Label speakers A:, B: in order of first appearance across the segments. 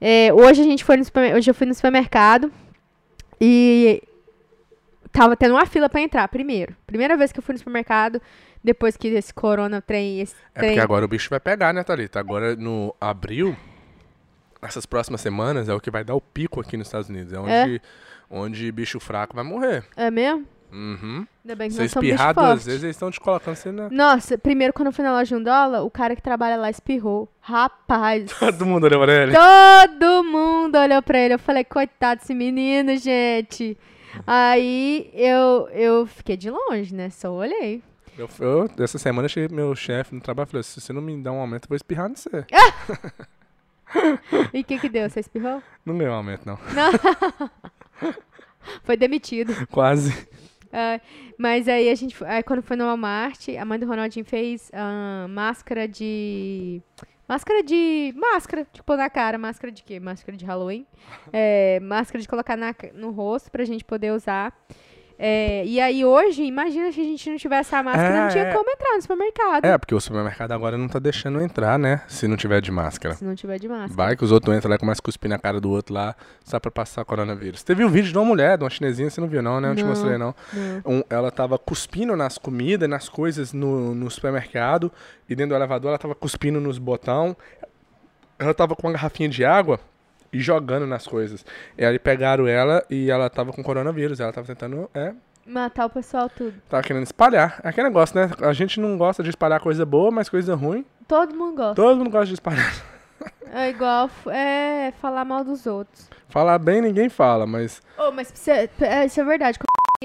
A: É, hoje a gente foi no supermer- hoje eu fui no supermercado e tava tendo uma fila pra entrar primeiro. Primeira vez que eu fui no supermercado depois que esse corona trem, esse
B: É
A: trem
B: porque agora o bicho vai pegar, né, Thalita? Agora no abril, essas próximas semanas, é o que vai dar o pico aqui nos Estados Unidos. É onde, onde bicho fraco vai morrer.
A: é mesmo?
B: Uhum.
A: Ainda bem que
B: Você
A: nós somos bicho
B: espirrar duas
A: forte.
B: vezes, eles estão te colocando você é na.
A: Nossa, primeiro quando eu fui na loja de um dólar, o cara que trabalha lá espirrou. Rapaz,
B: Todo mundo olhou pra
A: Então-
B: ele.
A: todo mundo olhou pra ele. Eu falei, coitado desse menino, gente. Aí eu, eu fiquei de longe, né? Só olhei.
B: Eu, eu- essa semana, cheguei meu chefe no trabalho e falei: se você não me dá um aumento, eu vou espirrar no você.
A: E o que que deu? Você espirrou?
B: Não ganhou um aumento, não.
A: Foi demitido.
B: Quase.
A: Ah, mas aí a gente, fo- aí quando foi no Walmart, a mãe do Ronaldinho fez ah, máscara de máscara de máscara, tipo na cara, máscara de quê? Máscara de Halloween, É, máscara de colocar na ca- no rosto pra gente poder usar. É, e aí hoje, imagina se a gente não tivesse a máscara,
B: É,
A: não tinha
B: é.
A: como entrar no supermercado
B: É, porque o supermercado agora não tá deixando entrar, né? Se não tiver de máscara.
A: se não tiver de máscara.
B: Vai que os outros entram lá e começam a cuspir na cara do outro lá, só pra passar coronavírus. Teve um vídeo de uma mulher, de uma chinesinha, você não viu não, né? Eu não te
A: Não.
B: mostrei não.
A: Não.
B: Um- ela tava cuspindo nas comidas, nas coisas no, no supermercado, e dentro do elevador ela tava cuspindo nos botão. Ela tava com uma garrafinha de água e jogando nas coisas. E aí pegaram ela e ela tava com coronavírus. Ela tava tentando, é,
A: Matar o pessoal tudo.
B: tava querendo espalhar. É aquele negócio, né? A gente não gosta de espalhar coisa boa, mas coisa ruim.
A: Todo mundo gosta.
B: Todo mundo gosta de espalhar.
A: É igual f- é, falar mal dos outros.
B: Falar bem ninguém fala, mas
A: Oh, mas cê- é, isso é verdade.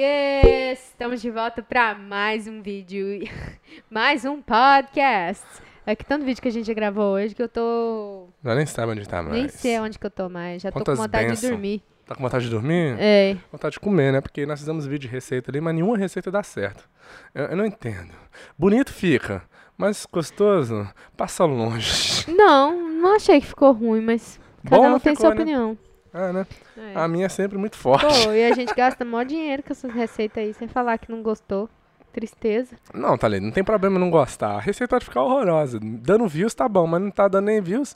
A: Yes! Estamos de volta para mais um vídeo, mais um podcast. É que tanto vídeo que a gente já gravou hoje que eu tô.
B: já nem sabe onde tá mais.
A: Nem sei onde que eu tô mais. Já tô
B: Quantas
A: com vontade de
B: bênção.
A: dormir.
B: Tá com vontade de dormir?
A: É.
B: Vontade de comer, né? Porque nós fizemos vídeo de receita ali, mas nenhuma receita dá certo. Eu, eu não entendo. Bonito fica, mas gostoso passa longe.
A: Não, não achei que ficou ruim, mas cada
B: Bom
A: um
B: não
A: tem
B: ficou,
A: sua
B: né?
A: opinião.
B: Ah, né?
A: É.
B: A minha é sempre muito forte.
A: Pô, e a gente gasta maior dinheiro com essas receitas aí, sem falar que não gostou. Tristeza.
B: Não, tá não tem problema não gostar. A receita vai ficar horrorosa. Dando views tá bom, mas não tá dando nem views.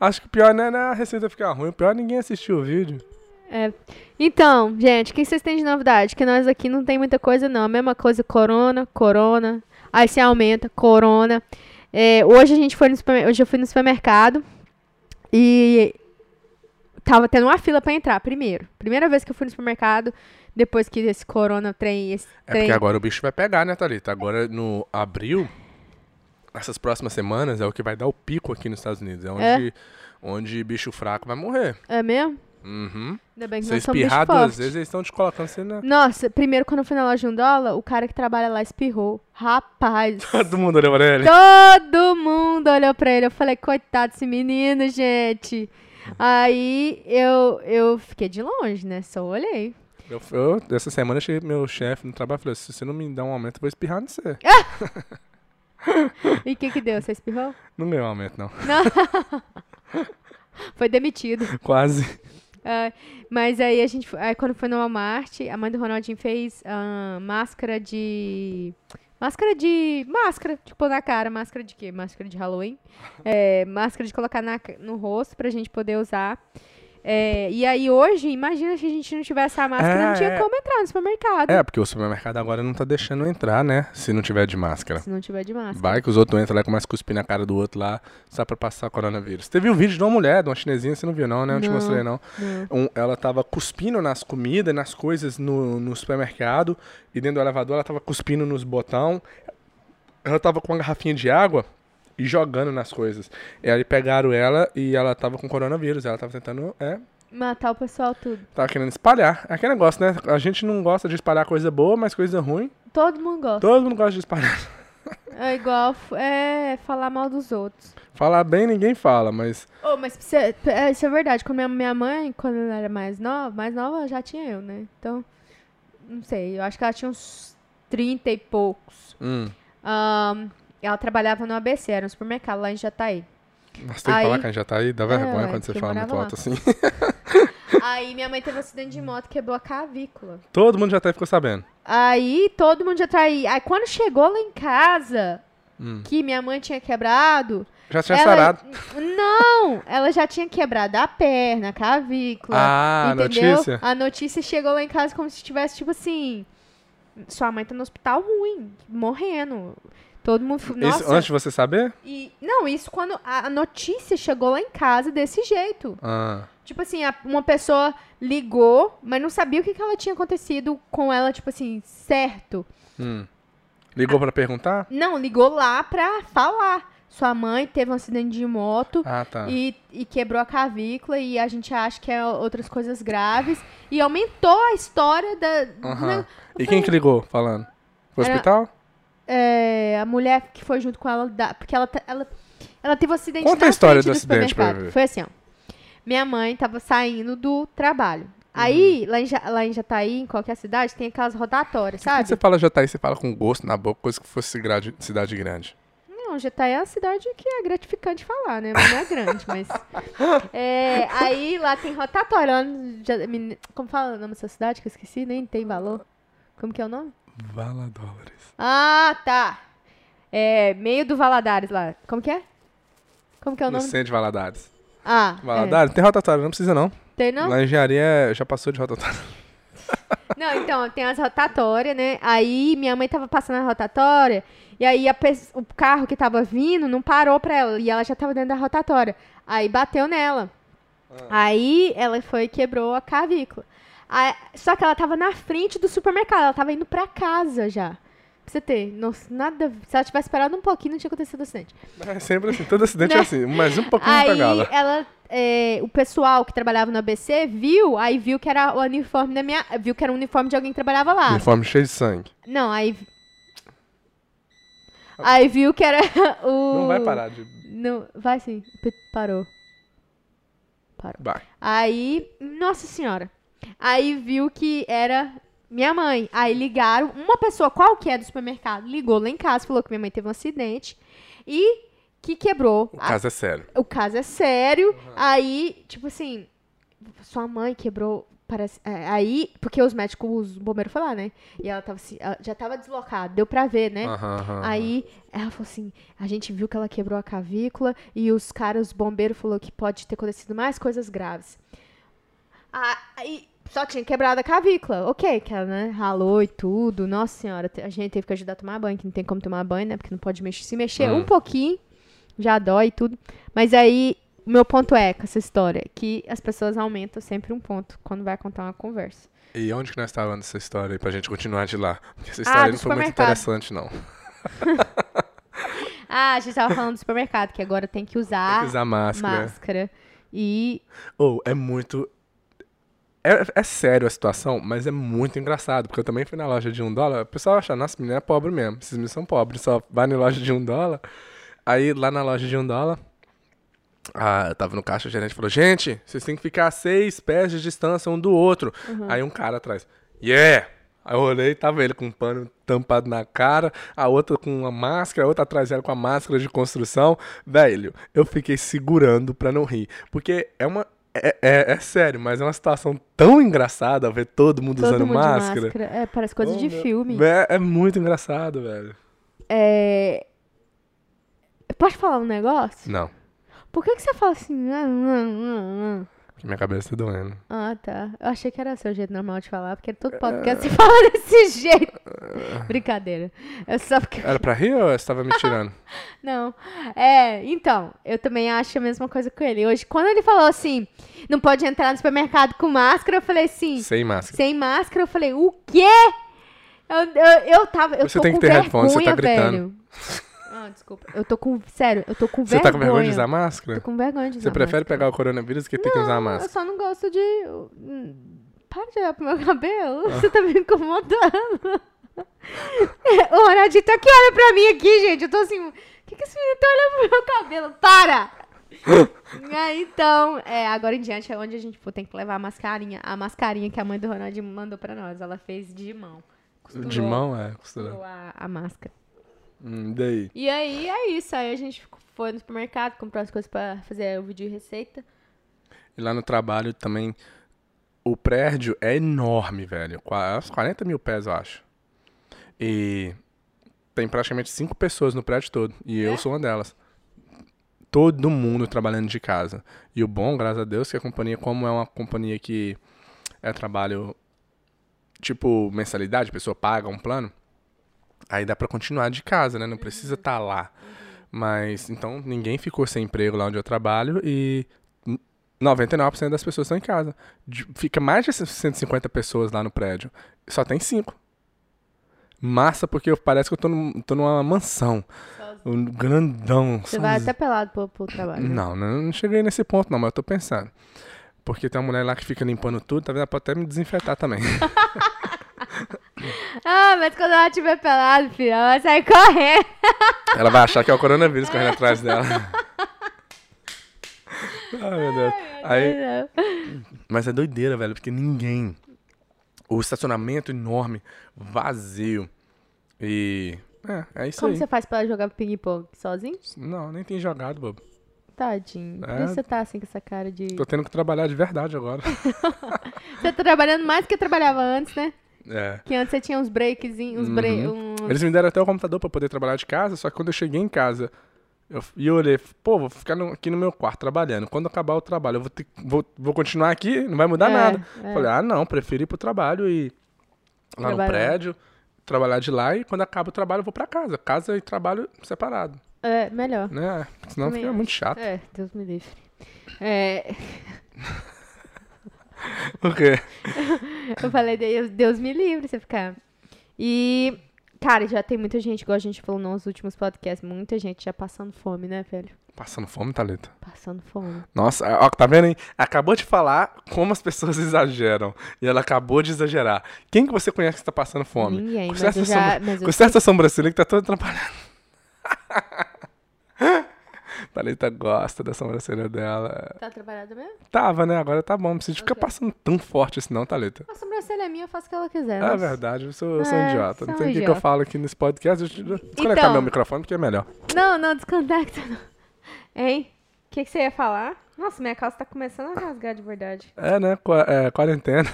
B: Acho que o pior não é né, a receita ficar ruim, o pior é ninguém assistir o vídeo.
A: É. Então, gente, o que vocês têm de novidade? Que nós aqui não tem muita coisa, não. A mesma coisa, corona, corona. Aí se aumenta, corona. É, hoje a gente foi no supermer- hoje eu fui no supermercado e tava tendo uma fila pra entrar primeiro. Primeira vez que eu fui no supermercado, depois que esse corona trem, esse
B: É
A: trem.
B: porque agora o bicho vai pegar, né, Thalita? Agora no abril, essas próximas semanas, é o que vai dar o pico aqui nos Estados Unidos. É onde, onde bicho fraco vai morrer.
A: É mesmo?
B: Uhum.
A: Ainda bem que
B: Você
A: nós somos bicho
B: espirrar duas
A: forte.
B: vezes, né? eles estão te colocando você é. na.
A: Nossa, primeiro quando eu fui na loja de um dólar, o cara que trabalha lá espirrou. Rapaz,
B: Todo mundo olhou pra ele.
A: Todo mundo olhou pra ele. Eu falei, coitado desse menino, gente. Aí eu, eu fiquei de longe, né? Só olhei.
B: Eu, eu- essa semana, cheguei meu chefe no trabalho e falei: se você não me dá um aumento, eu vou espirrar no você.
A: E o que que deu? Você espirrou?
B: Não ganhou um aumento, não.
A: Foi demitido.
B: Quase.
A: Ah, mas aí a gente, fo- aí quando foi no Walmart, a mãe do Ronaldinho fez ah, máscara de máscara de máscara, tipo na cara, máscara de quê? Máscara de Halloween, É, máscara de colocar na ca- no rosto pra gente poder usar. É, e aí hoje, imagina se a gente não tivesse a máscara, não
B: É,
A: tinha
B: é.
A: como entrar no supermercado
B: É, porque o supermercado agora não tá deixando entrar, né? Se não tiver de máscara.
A: se não tiver de máscara.
B: Vai que os outros entram lá e começam a cuspir na cara do outro lá, só pra passar coronavírus. Teve um vídeo de uma mulher, de uma chinesinha, você não viu não, né? Eu não te
A: Não.
B: mostrei não.
A: Não.
B: Um- ela tava cuspindo nas comidas, nas coisas no, no supermercado, e dentro do elevador ela tava cuspindo nos botão. Ela tava com uma garrafinha de água e jogando nas coisas. E aí pegaram ela e ela tava com coronavírus. Ela tava tentando, é,
A: Matar o pessoal tudo.
B: tava querendo espalhar. É aquele negócio, né? A gente não gosta de espalhar coisa boa, mas coisa ruim.
A: Todo mundo gosta.
B: Todo mundo gosta de espalhar.
A: É igual f- é, falar mal dos outros.
B: Falar bem ninguém fala, mas
A: Oh, mas cê- é, isso é verdade. Quando minha, minha mãe, quando ela era mais nova, mais nova já tinha eu, né? Então, não sei. Eu acho que ela tinha uns 30 e poucos.
B: hum,
A: Ahn, ela trabalhava no ABC, era um supermercado lá em Jataí.
B: nós tem que
A: Aí- É,
B: falar que a gente já tá aí, dá vergonha
A: ué,
B: quando você
A: porque eu
B: fala muito
A: morava lá.
B: alto assim.
A: Aí minha mãe teve um acidente de moto, quebrou a cavícula.
B: Todo mundo já até ficou sabendo.
A: Aí todo mundo já tá aí. Aí quando chegou lá em casa,
B: Hum.
A: que minha mãe tinha quebrado,
B: Já tinha
A: Ela-
B: sarado.
A: Não! Ela já tinha quebrado a perna, a cavícula.
B: Ah, a
A: entendeu?
B: notícia?
A: A notícia chegou lá em casa como se tivesse, tipo assim. Sua mãe tá no hospital ruim, morrendo. Todo mundo. fu- Nossa.
B: Isso, antes de você saber?
A: E, não, isso quando a a notícia chegou lá em casa desse jeito.
B: Ah.
A: Tipo assim, a- uma pessoa ligou, mas não sabia o que, que ela tinha acontecido com ela, tipo assim, certo.
B: hum. Ligou pra perguntar?
A: Não, ligou lá pra falar. Sua mãe teve um acidente de moto
B: Ah, tá.
A: e, e quebrou a clavícula e a gente acha que é outras coisas graves. E aumentou a história da.
B: Aham.
A: né?
B: E quem que ligou falando? Foi o
A: Era-
B: hospital?
A: É, a mulher que foi junto com ela, da- porque ela, ta- ela, ela teve um acidente
B: Conta
A: na
B: a história
A: frente
B: do acidente pra
A: supermercado.
B: eu ver.
A: Foi assim, ó. Minha mãe tava saindo do trabalho. Aí,
B: Uhum.
A: lá em, Ja- lá em Jataí, em qualquer cidade, tem aquelas rotatórias,
B: Quando
A: sabe?
B: você fala Jataí, você fala com gosto na boca, coisa que fosse grade- cidade grande.
A: Não, Jataí é uma cidade que é gratificante falar, né? Mas não é grande, mas... É, aí, lá tem rotatória. lá no Ja- Mine- Como fala o nome dessa cidade que eu esqueci? Nem tem valor. Como que é o nome?
B: Vala dólares.
A: Ah, tá. É, meio do Valadares lá. Como que é? Como que é o nome?
B: Vicente Valadares.
A: Ah,
B: Valadares? Tem rotatória, não precisa não.
A: é. tem não?
B: Na engenharia já passou de rotatória.
A: Não, então, tem as rotatórias, né? Aí minha mãe tava passando a rotatória, e aí a pe- o carro que tava vindo não parou pra ela, e ela já tava dentro da rotatória. Aí bateu nela.
B: Ah.
A: Aí ela foi e quebrou a clavícula. Aí- só que ela tava na frente do supermercado, ela tava indo pra casa já. Pra você ter, nossa, nada. Se ela tivesse parado um pouquinho, não tinha acontecido o acidente.
B: É sempre assim, todo acidente é
A: Né?
B: assim, mas um pouquinho
A: Aí
B: pra gala.
A: ela, é, o pessoal que trabalhava no ABC viu, aí viu que era o uniforme da minha, viu que era o uniforme de alguém que trabalhava lá.
B: Uniforme cheio de sangue.
A: Não, aí
B: Tá
A: Aí viu que era o
B: Não vai parar de...
A: Não, vai sim. P- Parou.
B: Vai.
A: Aí, nossa senhora. Aí viu que era minha mãe. Aí ligaram, uma pessoa qualquer do supermercado ligou lá em casa, falou que minha mãe teve um acidente e que quebrou
B: O
A: a
B: caso é sério.
A: o caso é sério. Aí, tipo assim, sua mãe quebrou. Parece, é, aí, porque os médicos, os bombeiros foram lá, né? E ela tava assim, ela já tava deslocada, deu pra ver, né?
B: Aham, aham, aham.
A: Aí ela falou assim: a gente viu que ela quebrou a cavícula e os caras, os bombeiros, falou que pode ter acontecido mais coisas graves. Ah, Aí só tinha quebrado a cavícula. Ok, que ela, né? Ralou e tudo. Nossa senhora, te- a gente teve que ajudar a tomar banho, que não tem como tomar banho, né? Porque não pode mexer. Se mexer
B: Hum.
A: um pouquinho, já dói e tudo. Mas aí, o meu ponto é com essa história: que as pessoas aumentam sempre um ponto quando vai contar uma conversa.
B: E onde que nós estávamos nessa história aí, pra gente continuar de lá? Porque essa
A: Ah,
B: história
A: do
B: não foi muito
A: supermercado.
B: interessante, não.
A: Ah, a gente tava falando do supermercado, que agora tem que
B: Tem
A: usar,
B: que usar máscara.
A: máscara. E
B: Ou é muito. É, é sério a situação, mas é muito engraçado, porque eu também fui na loja de um dólar. O pessoal acha, nossa, menina é pobre mesmo. Esses meninos são pobres, só vai na loja de um dólar. Aí lá na loja de um dólar, ah, eu tava no caixa, o gerente falou: gente, vocês têm que ficar a seis pés de distância um do outro. Aí um cara atrás, yeah! Aí eu olhei, tava ele com um pano tampado na cara, a outra com uma máscara, a outra atrás dela com a máscara de construção. Velho, eu fiquei segurando pra não rir. Porque é uma. É, é- é sério, mas é uma situação tão engraçada ver todo mundo
A: Todo
B: usando
A: mundo de
B: máscara.
A: É, parece coisa
B: Oh,
A: de
B: meu-
A: filme.
B: É, é muito engraçado, velho.
A: É... Pode falar um negócio?
B: Não,
A: Por que, que você fala assim? "Ah, ah,
B: porque minha cabeça tá doendo.
A: ah, ah"? Ah, tá. Eu achei que era seu jeito normal de falar, porque todo podcast você
B: Ah.
A: fala desse jeito. Brincadeira. É só porque.
B: Era pra rir ou você tava me tirando?
A: Não. É, então, eu também acho a mesma coisa com ele. Hoje, quando ele falou assim, não pode entrar no supermercado com máscara, eu falei assim,
B: Sem máscara.
A: sem máscara, eu falei, o quê? Eu, eu, eu tava. Eu
B: Você
A: tô
B: tem
A: com
B: que ter headphone, você
A: vergonha,
B: tá gritando.
A: velho. Ah, desculpa. Eu tô com. Sério, eu tô com
B: Você
A: vergonha.
B: tá com vergonha de usar
A: Tô
B: máscara?
A: com vergonha de usar.
B: Você prefere
A: máscara.
B: pegar o coronavírus que ter que usar
A: Eu
B: máscara?
A: só não gosto de. hum, Para de olhar pro meu cabelo. Você tá me incomodando. É, O Ronaldinho tá que olha pra mim aqui, gente. Eu tô assim. O que, que esse menino tá olhando pro meu cabelo? Para! Ah, então, é, agora em diante é onde a gente for, tem que levar a mascarinha. A mascarinha que a mãe do Ronaldinho mandou pra nós. Ela fez de mão. Costurou,
B: De mão, é, costurando.
A: Costurou a, a máscara.
B: Hum, daí.
A: E aí é isso. Aí a gente foi no supermercado, comprou as coisas pra fazer o vídeo de receita.
B: E lá no trabalho também, o prédio é enorme, velho. Qua- é Uns 40 mil pés, eu acho. E tem praticamente cinco pessoas no prédio todo. E eu
A: É?
B: sou uma delas. todo mundo trabalhando de casa. E o bom, graças a Deus, que a companhia, como é uma companhia que é trabalho tipo mensalidade, a pessoa paga um plano, aí dá pra continuar de casa, né? Não precisa estar lá. Mas então ninguém ficou sem emprego lá onde eu trabalho e 99% das pessoas estão em casa. De- Fica mais de 150 pessoas lá no prédio. Só tem cinco. Massa, porque eu- parece que eu tô, num- tô numa mansão. Um grandão.
A: Você vai
B: sozinho.
A: até pelado pro, pro trabalho. né?
B: Não, não, não cheguei nesse ponto, não, mas eu tô pensando. Porque tem uma mulher lá que fica limpando tudo, tá vendo? Ela pode até me desinfetar também.
A: Ah, mas quando ela estiver pelado, filha, ela vai sair correndo.
B: Ela vai achar que é o coronavírus correndo atrás dela. Ai, meu Deus. Aí, Mas é doideira, velho, porque ninguém. O estacionamento enorme, vazio. E. É, é isso
A: Como
B: aí.
A: você faz pra jogar ping-pong? Sozinho?
B: Não, nem tem jogado, bobo.
A: Tadinho. Por
B: É.
A: isso você tá assim com essa cara de.
B: Tô tendo que trabalhar de verdade agora.
A: Você tá trabalhando mais do que trabalhava antes, né?
B: É.
A: Que antes você tinha uns breakzinhos, uns break. um-
B: Eles me deram até o computador pra poder trabalhar de casa, só que quando eu cheguei em casa eu, f- e eu olhei, pô, vou ficar no- aqui no meu quarto trabalhando. Quando acabar o trabalho, eu vou, ter- vou, vou continuar aqui, não vai mudar
A: É,
B: nada.
A: é.
B: Falei, ah, não, prefiro ir pro trabalho e lá no
A: Trabalhar.
B: prédio, trabalhar de lá e quando acaba o trabalho eu vou pra casa. Casa e trabalho separado,
A: É, melhor.
B: né? Senão
A: Também
B: fica
A: acho.
B: muito chato.
A: É, Deus me livre. É,
B: O quê?
A: eu falei, Deus, Deus me livre você ficar. E, cara, já tem muita gente, igual a gente falou nos últimos podcasts, muita gente já passando fome, né, velho?
B: Passando fome, tá Thalita.
A: Passando fome.
B: Nossa, ó, tá vendo, hein? Acabou de falar como as pessoas exageram. E ela acabou de exagerar. Quem que você conhece que tá passando fome?
A: Ninguém,
B: Com
A: mas
B: certa
A: eu já-
B: sombra-
A: mas eu
B: Com certa sobrancelha que tá toda atrapalhada. Thalita "Tá, gosta da sobrancelha dela.
A: Tá trabalhada mesmo?
B: Tava, né? Agora tá bom. Não precisa ficar passando tão forte assim, não, Thalita.
A: A sobrancelha é minha, eu faço o que ela quiser.
B: É
A: nossa.
B: verdade, eu sou, eu sou
A: É,
B: idiota. Não
A: sou
B: tem o que, que eu
A: idiota.
B: falo aqui nesse podcast. Deixa eu desconectar
A: Então.
B: meu microfone porque é melhor.
A: Não, não, descontacta não. Hein? O que, que você ia falar? Nossa, minha calça tá começando a rasgar de verdade.
B: É, né? Qua- é, quarentena.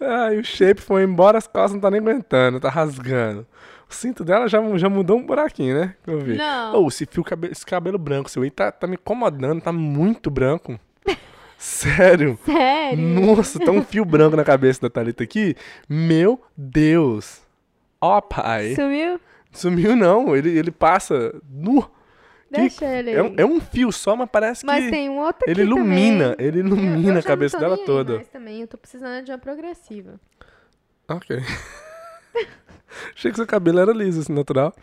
B: Ai, o shape foi embora, as costas não tá nem aguentando, tá rasgando. O cinto dela já, mu- já mudou um buraquinho, né? Que eu vi.
A: Não.
B: Ou esse fio, cabe- esse cabelo branco seu aí tá, tá me incomodando, tá muito branco. Sério.
A: Sério?
B: Nossa, tá um fio branco na cabeça da Thalita aqui. Meu Deus. Ó, pai.
A: Sumiu?
B: Sumiu não, ele, ele passa nu. Que-
A: Deixa ele aí.
B: É, um- é um fio só, mas parece
A: Mas
B: que...
A: tem um outro
B: Ele
A: aqui
B: ilumina,
A: também.
B: ele
A: Eu- eu
B: ilumina a
A: já
B: cabeça
A: não tô
B: dela
A: nem aí
B: toda.
A: mais também, eu tô precisando de uma progressiva.
B: Ok. Achei que seu cabelo era liso, assim, natural.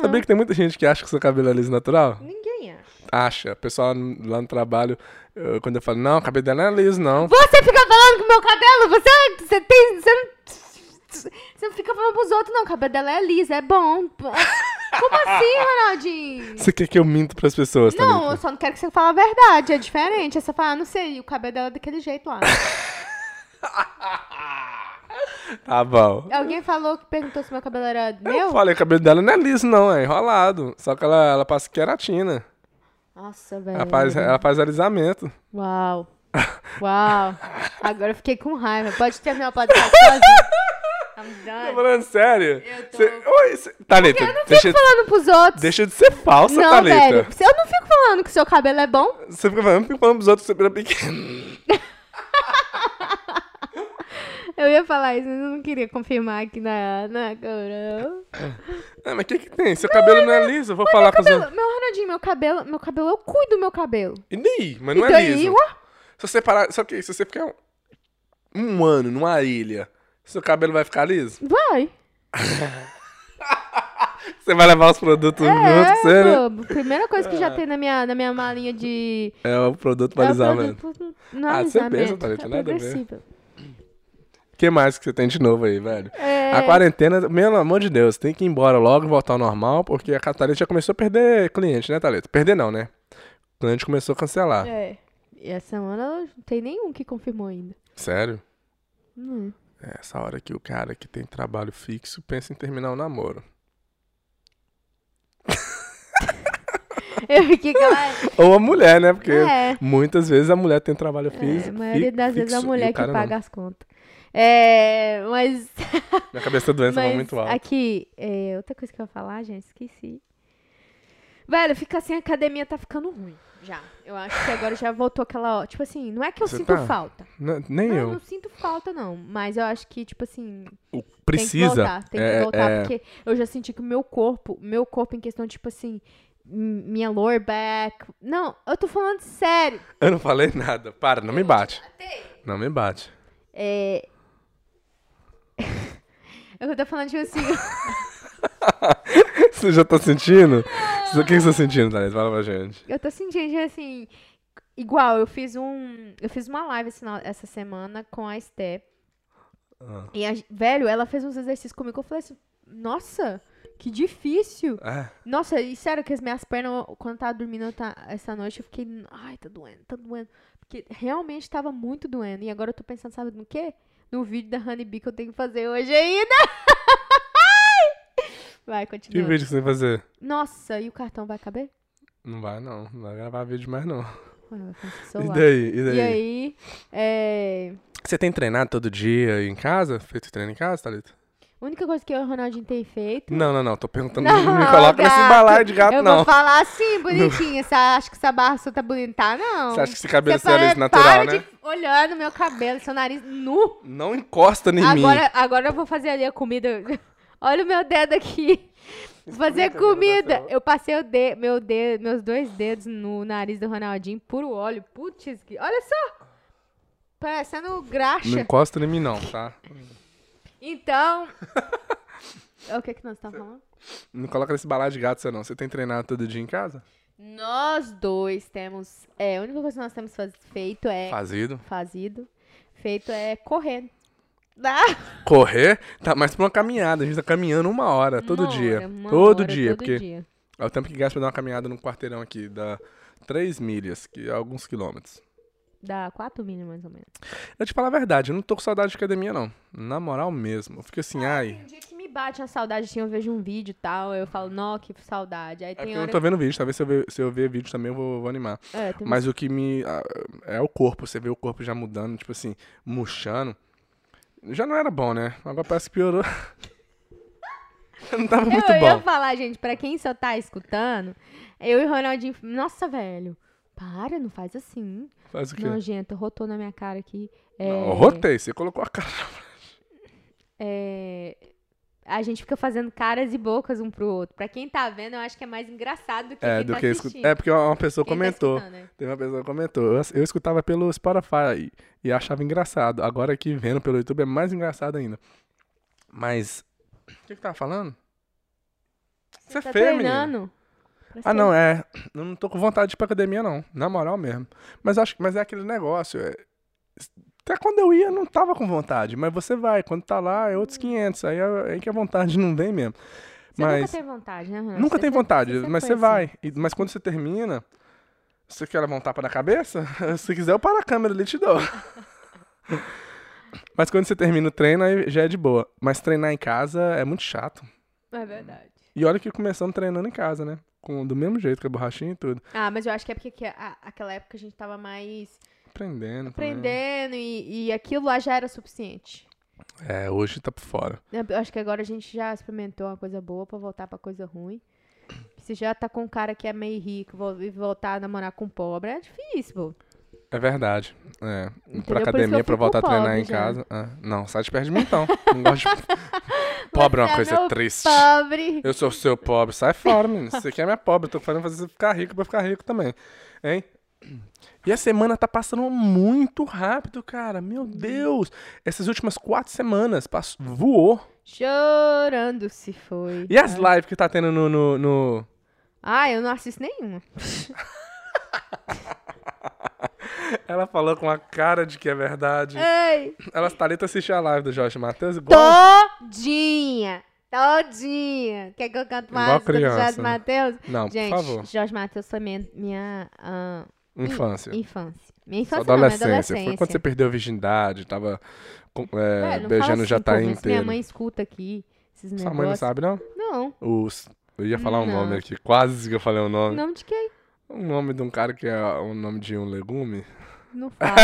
B: Sabia que tem muita gente que acha que seu cabelo é liso natural?
A: Ninguém é. acha.
B: Acha. O pessoal lá no- lá no trabalho, eu- quando eu falo, não, o cabelo dela não é liso, não.
A: Você fica falando com o meu cabelo? Você, você tem. Você não, você não fica falando pros outros, não. O cabelo dela é lisa, é bom. Como assim, Ronaldinho?
B: Você quer que eu minto pras pessoas, tá
A: Não, eu
B: Thalita?
A: só não quero que você fale a verdade, é diferente. É você falar, não sei, o cabelo dela é daquele jeito lá.
B: Tá bom.
A: Alguém falou que perguntou se meu cabelo era
B: Eu
A: meu?
B: falei, o cabelo dela não é liso, não, é enrolado. Só que ela, ela passa queratina.
A: Nossa, velho.
B: Ela faz, ela faz alisamento.
A: Uau. Uau. Agora eu fiquei com raiva. Pode terminar o podcast sozinho. I'm
B: Tô
A: done.
B: falando sério.
A: Eu tô-
B: Cê- Oi, cê- Thalita,
A: Eu não
B: deixa,
A: fico falando pros outros.
B: deixa de ser falsa,
A: não,
B: Thalita.
A: velho. Se Eu não fico falando que o seu cabelo é bom.
B: Você fica falando, fica falando pros outros que você era pequeno.
A: Eu ia falar isso, mas eu não queria confirmar aqui na, na câmera.
B: Ah, mas o que que tem? Seu cabelo não é liso, eu vou falar com os
A: Cabelo-
B: outros.
A: Meu Ronaldinho, meu cabelo, meu cabelo, eu cuido do meu cabelo. Então,
B: E daí? Mas não
A: e
B: é
A: daí,
B: liso.
A: ué?
B: Se você parar, só que se você ficar um, um ano numa ilha, seu cabelo vai ficar liso?
A: Vai.
B: Você vai levar os produtos junto com você, né?
A: É, bobo. Primeira coisa que já tem na minha, na minha malinha de.
B: É o produto para alisamento.
A: Não
B: Ah, você
A: alisamento,
B: pensa, Thalita,
A: é
B: nada a ver.
A: progressiva.
B: O que mais que você tem de novo aí, velho?
A: É.
B: A quarentena, pelo amor de Deus, tem que ir embora logo, voltar ao normal, porque a Thalita já começou a perder cliente, né, Thalita? Perder não, né? O cliente começou a cancelar.
A: É. E essa semana não tem nenhum que confirmou ainda.
B: Sério?
A: Hum.
B: É essa hora que o cara que tem trabalho fixo pensa em terminar o namoro.
A: Eu fiquei calada.
B: Ou a mulher, né? Porque
A: É.
B: muitas vezes a mulher tem trabalho fixo.
A: É, a maioria
B: fi-
A: das vezes é a
B: fixo, e
A: mulher que
B: o cara
A: paga as contas. É, mas.
B: Não. Minha cabeça tá doendo, tá
A: mas
B: muito alta.
A: aqui, é, outra coisa que eu ia falar, gente, esqueci. Velho, fica assim, a academia tá ficando ruim. Já. Eu acho que agora já voltou aquela. ó, Tipo assim, não é que eu
B: Você
A: sinto
B: tá?
A: falta.
B: N- nem
A: Não,
B: eu.
A: não sinto falta, não. Mas eu acho que, tipo assim,
B: O-
A: Tem que
B: Precisa.
A: voltar, tem
B: É,
A: que voltar,
B: é,
A: porque eu já senti que o meu corpo, meu corpo em questão, tipo assim, m- minha lower back. Não, eu tô falando sério.
B: Eu não falei nada. Para, não me bate. Não me bate.
A: É. Eu tô falando, tipo assim.
B: Você já tá sentindo? Você- O que que você tá sentindo, Thalita? Fala pra gente.
A: Eu tô sentindo, tipo assim. Igual, eu fiz um. Eu fiz uma live esse final- essa semana com a Esté.
B: Ah.
A: E, a, velho, ela fez uns exercícios comigo. Eu falei assim, nossa, que difícil.
B: É.
A: Nossa, e sério que as minhas pernas, quando eu tava dormindo tá, essa noite, eu fiquei, ai, tá doendo, tá doendo. Porque realmente tava muito doendo. E agora eu tô pensando, sabe no quê? No vídeo da Honey Bee que eu tenho que fazer hoje ainda. Vai,
B: Que
A: continua.
B: vídeo que você vai fazer?
A: Nossa, e o cartão vai caber?
B: Não vai, não. Não vai gravar vídeo mais, não.
A: Ué, vai ficar no
B: E
A: celular.
B: daí? E daí?
A: E aí, é...
B: Você tem treinado todo dia em casa? Feito treino em casa, Thalita?
A: a única coisa que eu e o Ronaldinho tem feito...
B: Não, não, não. Tô perguntando. Não,
A: Não,
B: me coloca nesse
A: gato.
B: balaio de gato,
A: eu
B: não.
A: vou falar assim, bonitinha. Você acha que essa barra sua tá bonita? Tá, não.
B: Você acha que esse cabelo
A: Você para-
B: é natural,
A: para
B: né?
A: de olhar no meu cabelo, seu nariz nu.
B: Não encosta em mim.
A: Agora, agora eu vou fazer ali a comida. Olha o meu dedo aqui. Vou Fazer
B: Explica, meu
A: comida.
B: Deus.
A: Eu passei o de, meu dedo, meus dois dedos no nariz do Ronaldinho, puro óleo. Putz, que- olha só. Parecendo
B: Não
A: graxa.
B: encosta em mim, não, tá?
A: Então... é o que que nós estamos falando?
B: Não coloca nesse balaio de gato, você não. Você tem treinado todo dia em casa?
A: Nós dois temos... É, a única coisa que nós temos faz- feito é...
B: Fazido.
A: Fazido. Feito é correr. Ah!
B: Correr? Tá, mas pra uma caminhada. A gente tá caminhando uma hora todo
A: Uma
B: dia.
A: hora, uma
B: todo
A: hora,
B: dia,
A: todo
B: porque
A: dia.
B: é o tempo que gasta pra dar uma caminhada num quarteirão aqui. Dá três milhas, que é alguns quilômetros.
A: Dá quatro milhas, mais ou menos.
B: Eu te falo a verdade, eu não tô com saudade de academia, não. Na moral mesmo. Eu fico assim, ai.
A: Tem um dia que me bate uma saudade, assim, eu vejo um vídeo e tal, eu falo, nó, que saudade. Aí
B: É porque
A: tem
B: eu
A: hora...
B: não tô vendo vídeo, talvez se eu ver, se eu ver vídeo também eu vou- vou animar.
A: É, tem-
B: Mas o que me. ah, É o corpo. Você vê o corpo já mudando, tipo assim, murchando. Já não era bom, né? Agora parece que piorou. não tava muito
A: eu ia
B: bom.
A: falar, gente, pra quem só tá escutando, eu e o Ronaldinho... Nossa, velho, para, não faz assim.
B: Faz o quê?
A: Nojento, rotou na minha cara aqui. É,
B: Não, eu rotei, você colocou a cara.
A: é, A gente fica fazendo caras e bocas um pro outro. Pra quem tá vendo, eu acho que é mais engraçado do que
B: É,
A: quem
B: do
A: tá
B: que escu-
A: assistindo.
B: É, porque uma pessoa
A: Quem tá
B: comentou.
A: escutando, né?
B: Teve uma pessoa que comentou. Eu, eu escutava pelo Spotify e, e achava engraçado. Agora que vendo pelo YouTube é mais engraçado ainda. Mas. O que que tava falando? Você é
A: tá
B: feia, menina.
A: treinando. pra
B: Ah,
A: ser
B: não, é. Eu não tô com vontade de ir pra academia, não. Na moral mesmo. Mas acho que- mas é aquele negócio. é, até quando eu ia, eu não tava com vontade. Mas você vai. Quando tá lá, é outros 500. Aí, é- aí que a vontade não vem mesmo.
A: Você nunca
B: mas
A: tem vontade, né, Renan?
B: nunca
A: Você
B: É, tem
A: sempre-
B: vontade.
A: você sempre
B: mas
A: foi
B: você
A: assim.
B: vai. E- mas quando você termina, você quer levar um tapa na cabeça? Se quiser, eu paro a câmera ali e te dou. mas quando você termina o treino, aí já é de boa. Mas treinar em casa é muito chato.
A: É verdade.
B: E olha que começamos treinando em casa, né? Com, do mesmo jeito, com a borrachinha e tudo.
A: Ah, mas eu acho que é porque que a- aquela época a gente tava mais
B: Aprendendo. também.
A: aprendendo e, e aquilo lá já era suficiente.
B: É, hoje tá por fora.
A: Eu acho que agora a gente já experimentou uma coisa boa pra voltar pra coisa ruim. Se já tá com um cara que é meio rico vo- e voltar a namorar com pobre, é difícil, pô.
B: É verdade. É.
A: Entendeu? Por
B: Pra
A: isso que
B: academia,
A: eu
B: pra
A: fico
B: voltar a treinar
A: pobre
B: em
A: já.
B: casa. Ah, não, sai de perto de mim então. Não gosto de... Pobre é
A: Você
B: uma
A: é
B: coisa
A: meu
B: triste.
A: Pobre.
B: Eu sou seu pobre. Sai fora, menino. Você quer minha pobre. Eu tô fazendo você ficar rico pra eu ficar rico também. Hein? E a semana tá passando muito rápido, cara.
A: Uhum.
B: Meu Deus. Essas últimas quatro semanas pass- voou.
A: Chorando se foi.
B: E as lives que tá tendo no- no- no...
A: Ah, eu não assisto nenhuma.
B: Ela falou com a cara de que é verdade.
A: Ei.
B: Elas Thalita assistir a live do Jorge Matheus igual.
A: Todinha. Todinha. Quer que eu canto
B: Igual
A: uma música do
B: criança,
A: Jorge
B: né?
A: Matheus?
B: Não,
A: Gente,
B: por favor.
A: Jorge Matheus foi minha, minha ah,
B: Infância.
A: infância. Minha
B: Só
A: infância não, minha
B: adolescência.
A: adolescência.
B: Foi quando você perdeu a virgindade, tava com- é,
A: Velho, não
B: beijando
A: fala assim,
B: já tá
A: pô, mas
B: inteiro.
A: Minha mãe escuta aqui esses
B: Sua
A: negócios.
B: mãe não sabe, não?
A: Não.
B: Os, eu ia falar um
A: Não.
B: nome aqui, quase que eu falei o nome.
A: Nome de quem?
B: O nome de um cara que é o nome de um legume.
A: Não fala.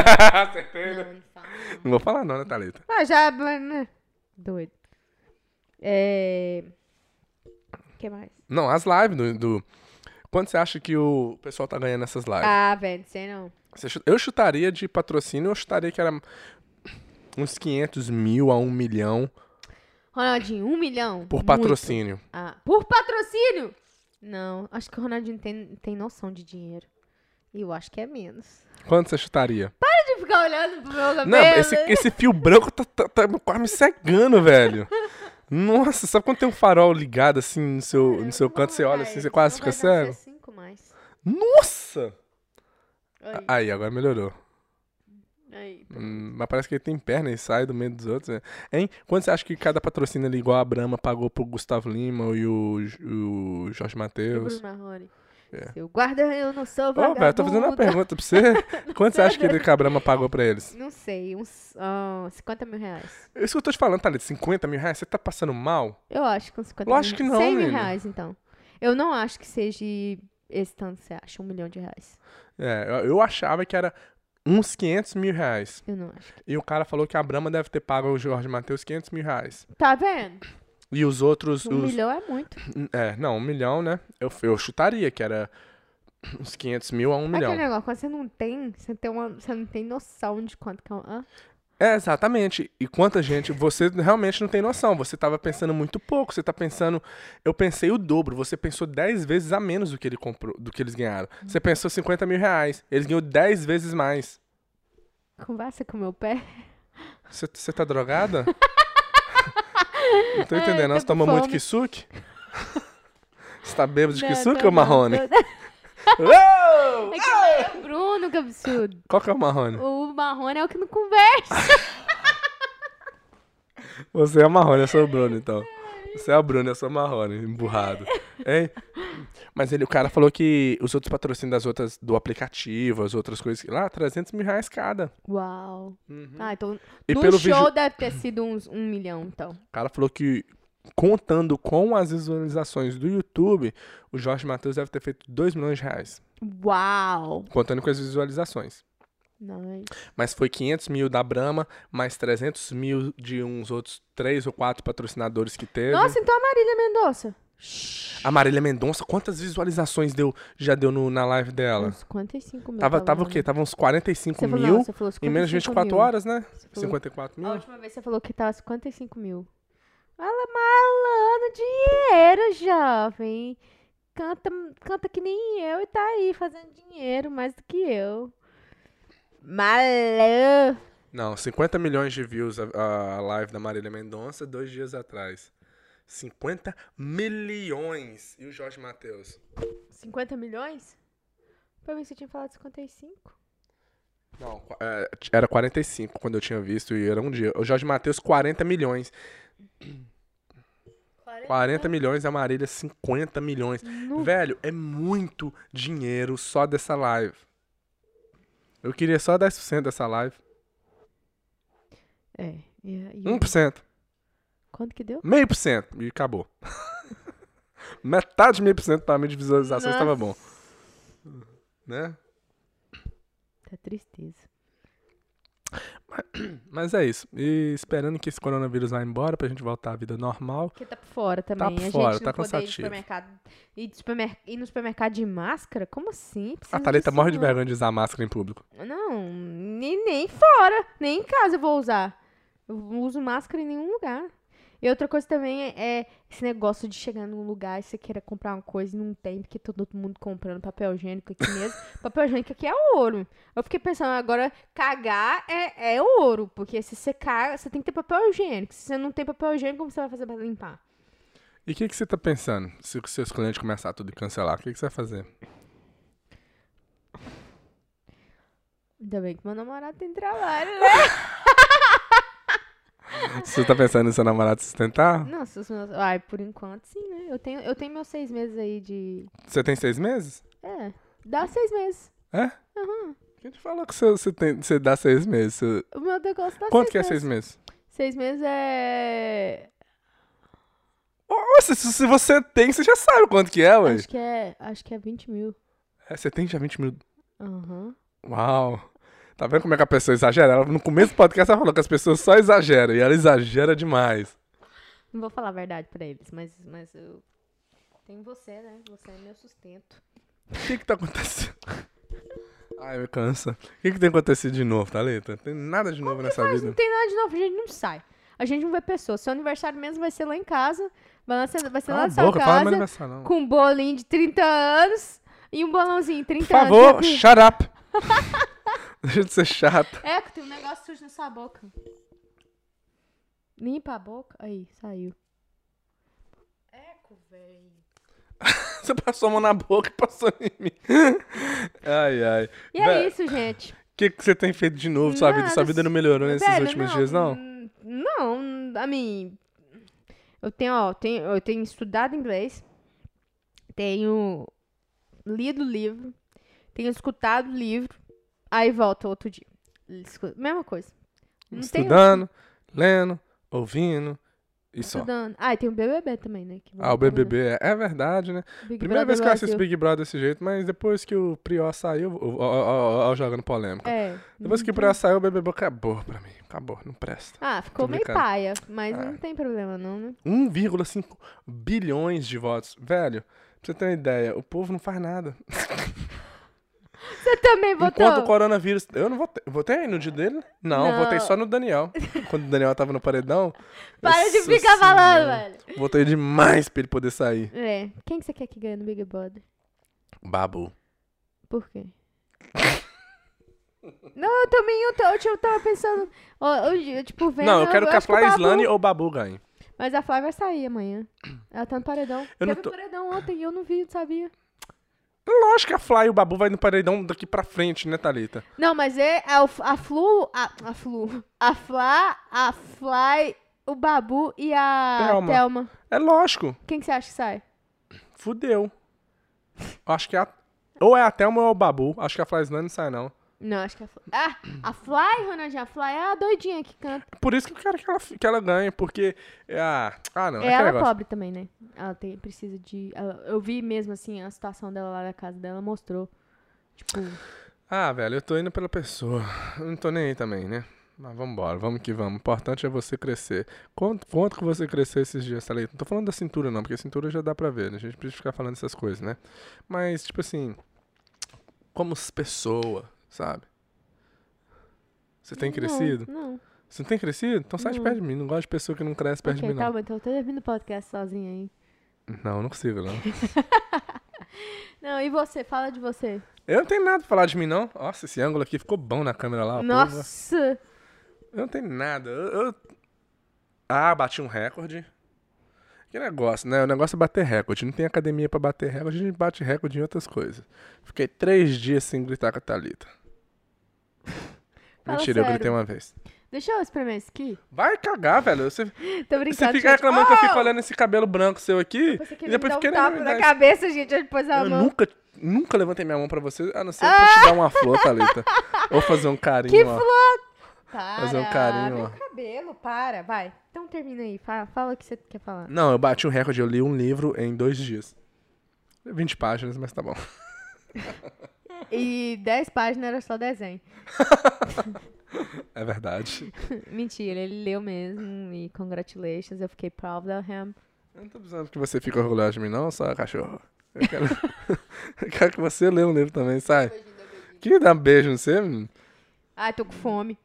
B: Acertei, né?
A: não, não fala.
B: Não vou falar não, né, Thalita?
A: Ah, já... né? Doido. É... O que mais?
B: Não, as lives do... do- Quanto você acha que o pessoal tá ganhando essas lives?
A: Ah, velho, não sei não.
B: Você chu- Eu chutaria de patrocínio, eu chutaria que era uns 500 mil a 1 milhão
A: Ronaldinho, um milhão?
B: por
A: Muito.
B: patrocínio.
A: Ah, por patrocínio? Não, acho que o Ronaldinho tem, tem noção de dinheiro. E eu acho que é menos.
B: Quanto você chutaria?
A: De ficar olhando pro meu cabelo.
B: Não, esse, esse fio branco tá, tá- tá quase me cegando, velho. Nossa, sabe quando tem um farol ligado assim no
A: É,
B: seu, no seu canto, você olha assim, você quase fica cego?
A: cinco mais.
B: Nossa!
A: Aí,
B: Aí, agora melhorou.
A: aí.
B: Hum, mas parece que ele tem perna e sai do meio dos outros, né? Hein? Quando você acha que cada patrocínio ali, igual a Brahma, pagou pro Gustavo Lima e o, J- o Jorge
A: O
B: Matheus?
A: Bruno Marrone.
B: É.
A: Seu guarda, eu não sou
B: Ô,
A: vagabundo.
B: velho, eu tô fazendo uma pergunta pra você. Quanto você acha que, ele- que a Brahma pagou pra eles?
A: Não sei, uns ah, 50 mil reais.
B: Isso que eu tô te falando, Thalita, 50 mil reais? Você tá passando mal?
A: Eu acho que uns 50
B: Lógico
A: mil.
B: que não,
A: 100 mil
B: menina.
A: reais, então. Eu não acho que seja esse tanto, você acha? Um milhão de reais.
B: É, eu, eu achava que era uns 500 mil reais.
A: Eu não acho.
B: E o cara falou que a Brahma deve ter pago o Jorge Matheus 500 mil reais.
A: Tá vendo?
B: E os outros...
A: Um
B: os-
A: milhão é muito.
B: É, não, um milhão, né? Eu, eu chutaria que era uns 500 mil a um milhão.
A: Aquele negócio, quando você não tem, você, tem uma, você não tem noção de quanto que é um... hã?
B: É, exatamente. E quanta gente, você realmente não tem noção. Você tava pensando muito pouco, você tá pensando, eu pensei o dobro, você pensou 10 vezes a menos do que ele comprou, do que eles ganharam. Você pensou 50 mil reais, eles ganhou 10 vezes mais.
A: Conversa com meu pé.
B: Você você tá drogada? não tô entendendo, não.
A: tô
B: Você toma
A: com
B: muito
A: fome.
B: kisuke? Você tá bêbado de
A: Não,
B: kisuke
A: tô
B: ou
A: não,
B: marrone?
A: tô-
B: Uou!
A: É que nem o Bruno, que absurdo.
B: Qual que é o marrone?
A: O Marrone é o que não conversa.
B: Você é marrone, eu sou o Bruno, então. Você é o Bruno, eu sou o marrone, emburrado. Hein? Mas ele, o cara falou que os outros patrocínios das outras, do aplicativo, as outras coisas, que lá, 300 mil reais cada.
A: Uau. Ah, então
B: E
A: no
B: pelo
A: show
B: vídeo-
A: deve ter sido uns um milhão, então.
B: O cara falou que, contando com as visualizações do YouTube, o Jorge Matheus deve ter feito 2 milhões de reais,
A: Uau.
B: contando com as visualizações.
A: Nice.
B: Mas foi 500 mil da Brahma, mais 300 mil de uns outros três ou quatro patrocinadores que teve.
A: Nossa, então a Marília Mendonça.
B: A Marília Mendonça, quantas visualizações deu, já deu no- na live dela?
A: Uns 55 mil.
B: Tava,
A: tá
B: tava o
A: vendo?
B: quê? Tava uns 45
A: Você falou,
B: mil
A: não, você falou
B: em menos de
A: 55
B: 24
A: mil.
B: horas, né?
A: Você falou- A
B: 54 mil.
A: última vez você falou que tava 55 mil. Ela malando dinheiro, jovem. Canta, canta que nem eu e tá aí fazendo dinheiro mais do que eu. Malã.
B: Não, 50 milhões de views a, a live da Marília Mendonça dois dias atrás. 50 milhões! E o Jorge Matheus?
A: 50 milhões? Pra mim você tinha falado 55.
B: Não, qu- é, t- era 45 quando eu tinha visto e era um dia. O Jorge Matheus, 40 milhões. 40 milhões, a Marília, 50 milhões.
A: Nu.
B: Velho, é muito dinheiro só dessa live. Eu queria só 10% dessa live.
A: É. E, e,
B: 1%.
A: Quanto que deu?
B: Meio por cento. E acabou. Metade de meio por cento pra mim de visualizações tava bom. Né?
A: Tá tristeza.
B: Mas é isso. E esperando que esse coronavírus vá embora pra gente voltar à vida normal.
A: Porque tá por fora também.
B: por
A: a
B: fora,
A: gente
B: tá
A: não poder ir no
B: cansativo.
A: supermercado. Ir, de supermer- ir no supermercado de máscara? Como assim?
B: A
A: Precisa
B: Thalita
A: disso,
B: morre de
A: não.
B: vergonha de usar máscara em público.
A: Não, nem, nem fora, nem em casa eu vou usar. Eu não uso máscara em nenhum lugar. E outra coisa também é, é esse negócio de chegar num lugar e você queira comprar uma coisa e não tem, porque tá todo mundo comprando papel higiênico aqui mesmo. papel higiênico aqui é ouro. Eu fiquei pensando, agora cagar é, é ouro, porque se você caga, você tem que ter papel higiênico. Se você não tem papel higiênico, como você vai fazer pra limpar?
B: E o que, que você tá pensando? Se os seus clientes começar tudo e cancelar, o que, que você vai fazer?
A: Ainda bem que meu namorado tem trabalho, né?
B: Você tá pensando em seu namorado sustentar?
A: Nossa, os meus... Ai, por enquanto sim, né? Eu tenho, eu tenho meus seis meses aí de...
B: Você tem seis meses?
A: É, dá seis meses.
B: É? Uhum. Quem te falou que você, você, tem, você dá seis meses? Você-
A: O meu negócio dá seis
B: Quanto que é
A: meses.
B: seis meses?
A: Seis meses é.
B: Nossa, se, se você tem, você já sabe quanto que é, ué.
A: Acho que é. Acho que é 20 mil.
B: É, Você tem já 20 mil
A: Aham.
B: Uau! Tá vendo como é que a pessoa exagera? Ela, no começo do podcast ela falou que as pessoas só exageram e ela exagera demais.
A: Não vou falar a verdade pra eles, mas, mas eu. Tem você, né? Você é meu sustento.
B: O que que tá acontecendo? Ai, me cansa. O que que tem acontecido de novo, Thalita? Tem nada de novo nessa
A: Mas
B: vida.
A: não tem nada de novo, a gente não sai. A gente não vê pessoas. Seu aniversário mesmo vai ser lá em casa. Vai ser, vai ser lá
B: Cala a
A: na sua
B: boca, fala meu
A: casa.
B: aniversário, não.
A: Com um bolinho de 30 anos e um bolãozinho de 30
B: Por favor,
A: anos. Eco,
B: shut up. Deixa de ser chata.
A: É, que tem um negócio sujo na sua boca. Limpa a boca. Aí, saiu. Eco, velho.
B: Você passou a mão na boca e passou em mim. Ai, ai.
A: E é
B: Vé-
A: isso, gente.
B: O que, que você tem feito de novo na sua vida?
A: Nada,
B: Sua vida não melhorou nesses
A: Velho,
B: últimos dias, não?
A: hum, Não, a mim. Eu tenho, ó, tenho, eu tenho estudado inglês, tenho lido livro, tenho escutado livro, aí volto outro dia. Escu- Mesma coisa. Não tem
B: Estudando, lendo, ouvindo e só.
A: Estudando. Ah, e tem o BBB também, né? que
B: Ah, o
A: voltou, né?
B: BBB é, é verdade, né?
A: Big
B: Primeira
A: Brother
B: vez que eu assisto
A: Brasil.
B: Big Brother desse jeito, mas depois que o Prior saiu, ó, ó, ó, ó, ó, jogando polêmica.
A: É.
B: Depois que é o Prior saiu, o BBB acabou pra mim. Acabou, não presta.
A: Ah, ficou meio
B: brincando.
A: paia, mas
B: É.
A: não tem problema não, né?
B: 1,5 bilhões de votos. Velho, pra você ter uma ideia, o povo não faz nada.
A: Você também votou?
B: Enquanto o coronavírus. Eu não votei. Votei no dia dele? Não,
A: Não.
B: votei só no Daniel. Quando o Daniel tava no paredão.
A: Para de
B: Nossa
A: ficar falando,
B: Senhora.
A: velho.
B: né? Votei demais pra ele poder sair.
A: É. Quem que você quer que ganhe no Big Brother?
B: Babu.
A: Por quê? não, eu também, eu, ta- eu, tinha- eu tava pensando, ó, eu, eu, tipo, vendo...
B: Não, eu quero que a
A: acho o
B: Fly
A: Babu-
B: Slane ou Babu ganhem.
A: Mas a Fly vai sair amanhã. Ela tá no paredão.
B: Eu não
A: Teve
B: tô-
A: um paredão ontem e eu não vi, não sabia.
B: Lógico que a Fly e o Babu vai no paredão daqui pra frente, né, Thalita?
A: Não, mas é, a, a Flu, a, a Flu, a Fla, a Fly, o Babu e a
B: Thelma.
A: Thelma.
B: É lógico.
A: Quem que você acha que sai?
B: Fudeu. Acho que é a. Ou é a Thelma ou é o Babu. Acho que a Fly Slane não sai, não.
A: Não, acho que a Fly... Ah, a Fly, Ronaldinho, a Fly é a doidinha que canta.
B: Por isso que eu quero que ela, que ela ganhe, porque. é a- Ah, não. É, aquele
A: ela
B: negócio.
A: pobre também, né? Ela tem, precisa de. ela- eu vi mesmo assim a situação dela lá na casa dela, mostrou. Tipo,
B: Ah, velho, eu tô indo pela pessoa. Eu não tô nem aí também, né? Mas vambora, vamos que vamos. O importante é você crescer. Quanto, quanto que você cresceu esses dias, Thalita? Não tô falando da cintura, não, porque a cintura já dá pra ver, né? A gente precisa ficar falando essas coisas, né? Mas, tipo assim, como s- pessoa, sabe? Você tem
A: não,
B: crescido?
A: Não.
B: Você não tem crescido? Então sai de
A: Não.
B: perto de mim. Não gosto de pessoa que não cresce perto
A: ok,
B: de mim,
A: tá
B: não.
A: bom, então eu tô terminando o podcast sozinha aí.
B: Não, não consigo, não.
A: Não, e você? Fala de você.
B: Eu não tenho nada pra falar de mim, não. Nossa, esse ângulo aqui ficou bom na câmera lá. o povo-
A: Nossa!
B: Eu não tenho nada. Eu, eu- Ah, bati um recorde. Que negócio, né? O negócio é bater recorde. Não tem academia pra bater recorde, a gente bate recorde em outras coisas. Fiquei três dias sem gritar com a Thalita.
A: Fala
B: Mentira, eu
A: sério.
B: gritei uma vez.
A: Deixa eu experimentar isso aqui.
B: Vai cagar, velho. Você,
A: Tô
B: você
A: brincando.
B: fica
A: gente.
B: reclamando que eu
A: Oh!
B: fico olhando esse cabelo branco seu aqui.
A: Depois você
B: E
A: queria me
B: depois
A: dar
B: fiquei
A: um tapa
B: na
A: na
B: verdade.
A: cabeça, gente. Eu pus a
B: Eu
A: mão.
B: nunca, nunca levantei minha mão pra você, a não ser pra te dar uma flor, Thalita. Ou fazer um carinho,
A: Que
B: ó.
A: flor! Para,
B: Fazer um carinho,
A: meu
B: ó.
A: cabelo, para, vai. Então termina aí, fala, fala o que você quer falar.
B: Não, eu bati um recorde, eu li um livro em dois dias. 20 páginas, mas tá bom.
A: E 10 páginas era só desenho.
B: É verdade.
A: Mentira, ele leu mesmo e congratulations, eu fiquei proud of him.
B: Eu não tô precisando que você fique orgulhoso de mim, não, só cachorro. Eu quero, eu quero que você lê um livro também, sai. Que dá um beijo em você, menino?
A: Ai, tô com fome.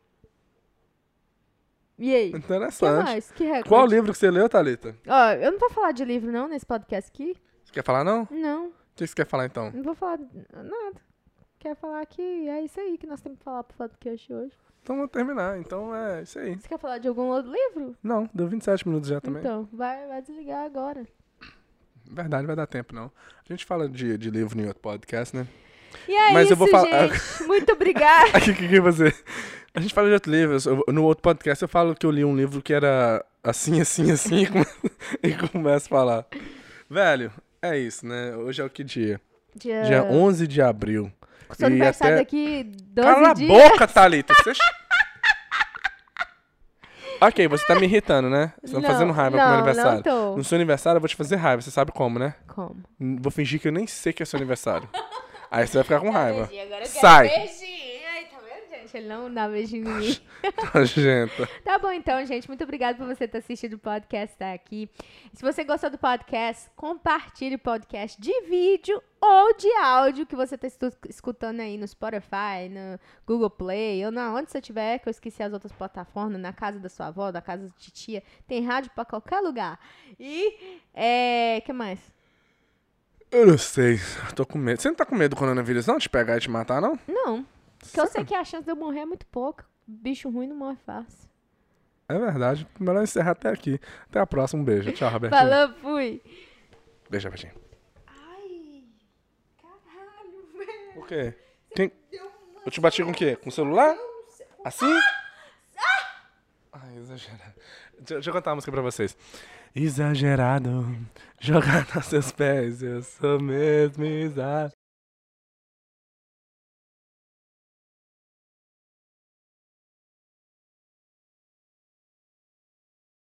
A: E aí? O que
B: Interessante.
A: mais? Que recorde?
B: Qual livro que você leu, Thalita?
A: Ó, eu não vou falar de livro não nesse podcast aqui.
B: Você quer falar, não? O
A: Não,
B: que você quer falar, então?
A: não vou falar nada. Quer falar que é isso aí que nós temos que falar pro podcast hoje.
B: Então vou terminar. Então é isso aí.
A: Você quer falar de algum outro livro?
B: Não, deu 27 minutos já também.
A: Então, vai, vai desligar agora.
B: Verdade, vai dar tempo, não. A gente fala de, de livro em outro podcast, né?
A: E é
B: Mas
A: isso,
B: eu vou falar-
A: gente. Muito obrigada.
B: Aqui, o que, que você. A gente fala de outro livro. eu- no outro podcast eu falo que eu li um livro que era assim, assim, assim, e come- e começo a falar. Velho, é isso, né? Hoje é o que dia?
A: Dia,
B: Dia 11 de abril.
A: É. Seu
B: e
A: aniversário
B: até-
A: daqui 12
B: Cala
A: dias.
B: a boca, Thalita! Você... ok, você tá me irritando, né? Você tá me
A: Não,
B: fazendo raiva
A: não,
B: pro meu
A: não
B: aniversário.
A: tô.
B: No seu aniversário eu vou te fazer raiva, você sabe como, né?
A: Como?
B: N- Vou fingir que eu nem sei que é seu aniversário. Aí você vai ficar com raiva.
A: Beijinho, agora eu quero
B: Sai!
A: beijinho. Ai, tá vendo, gente? Gente, ele não dá beijinho em mim.
B: Nojenta.
A: Tá bom então, gente. Muito obrigada por você ter assistido o podcast até aqui. Se você gostou do podcast, compartilhe o podcast de vídeo ou de áudio que você tá estu- escutando aí no Spotify, no Google Play, ou na onde você tiver, que eu esqueci as outras plataformas, na casa da sua avó, da casa da titia. Tem rádio pra qualquer lugar. E, é, que mais?
B: Eu não sei. Eu tô com medo. Você não tá com medo do coronavírus não te pegar e te matar, não?
A: Não, porque eu sei que a chance de eu morrer é muito pouca. Bicho ruim não morre fácil.
B: É verdade. Melhor encerrar até aqui. Até a próxima. Um beijo. Tchau, Robertinho.
A: Falou, fui!
B: Beijo, Robertinho.
A: Ai, caralho,
B: O
A: velho.
B: quê? Quem... Eu te bati com o quê? Com o celular? Assim? Ai, exagerado. Deixa, deixa eu contar uma música pra vocês. Exagerado, jogado aos seus pés, eu sou mesmo exagerado.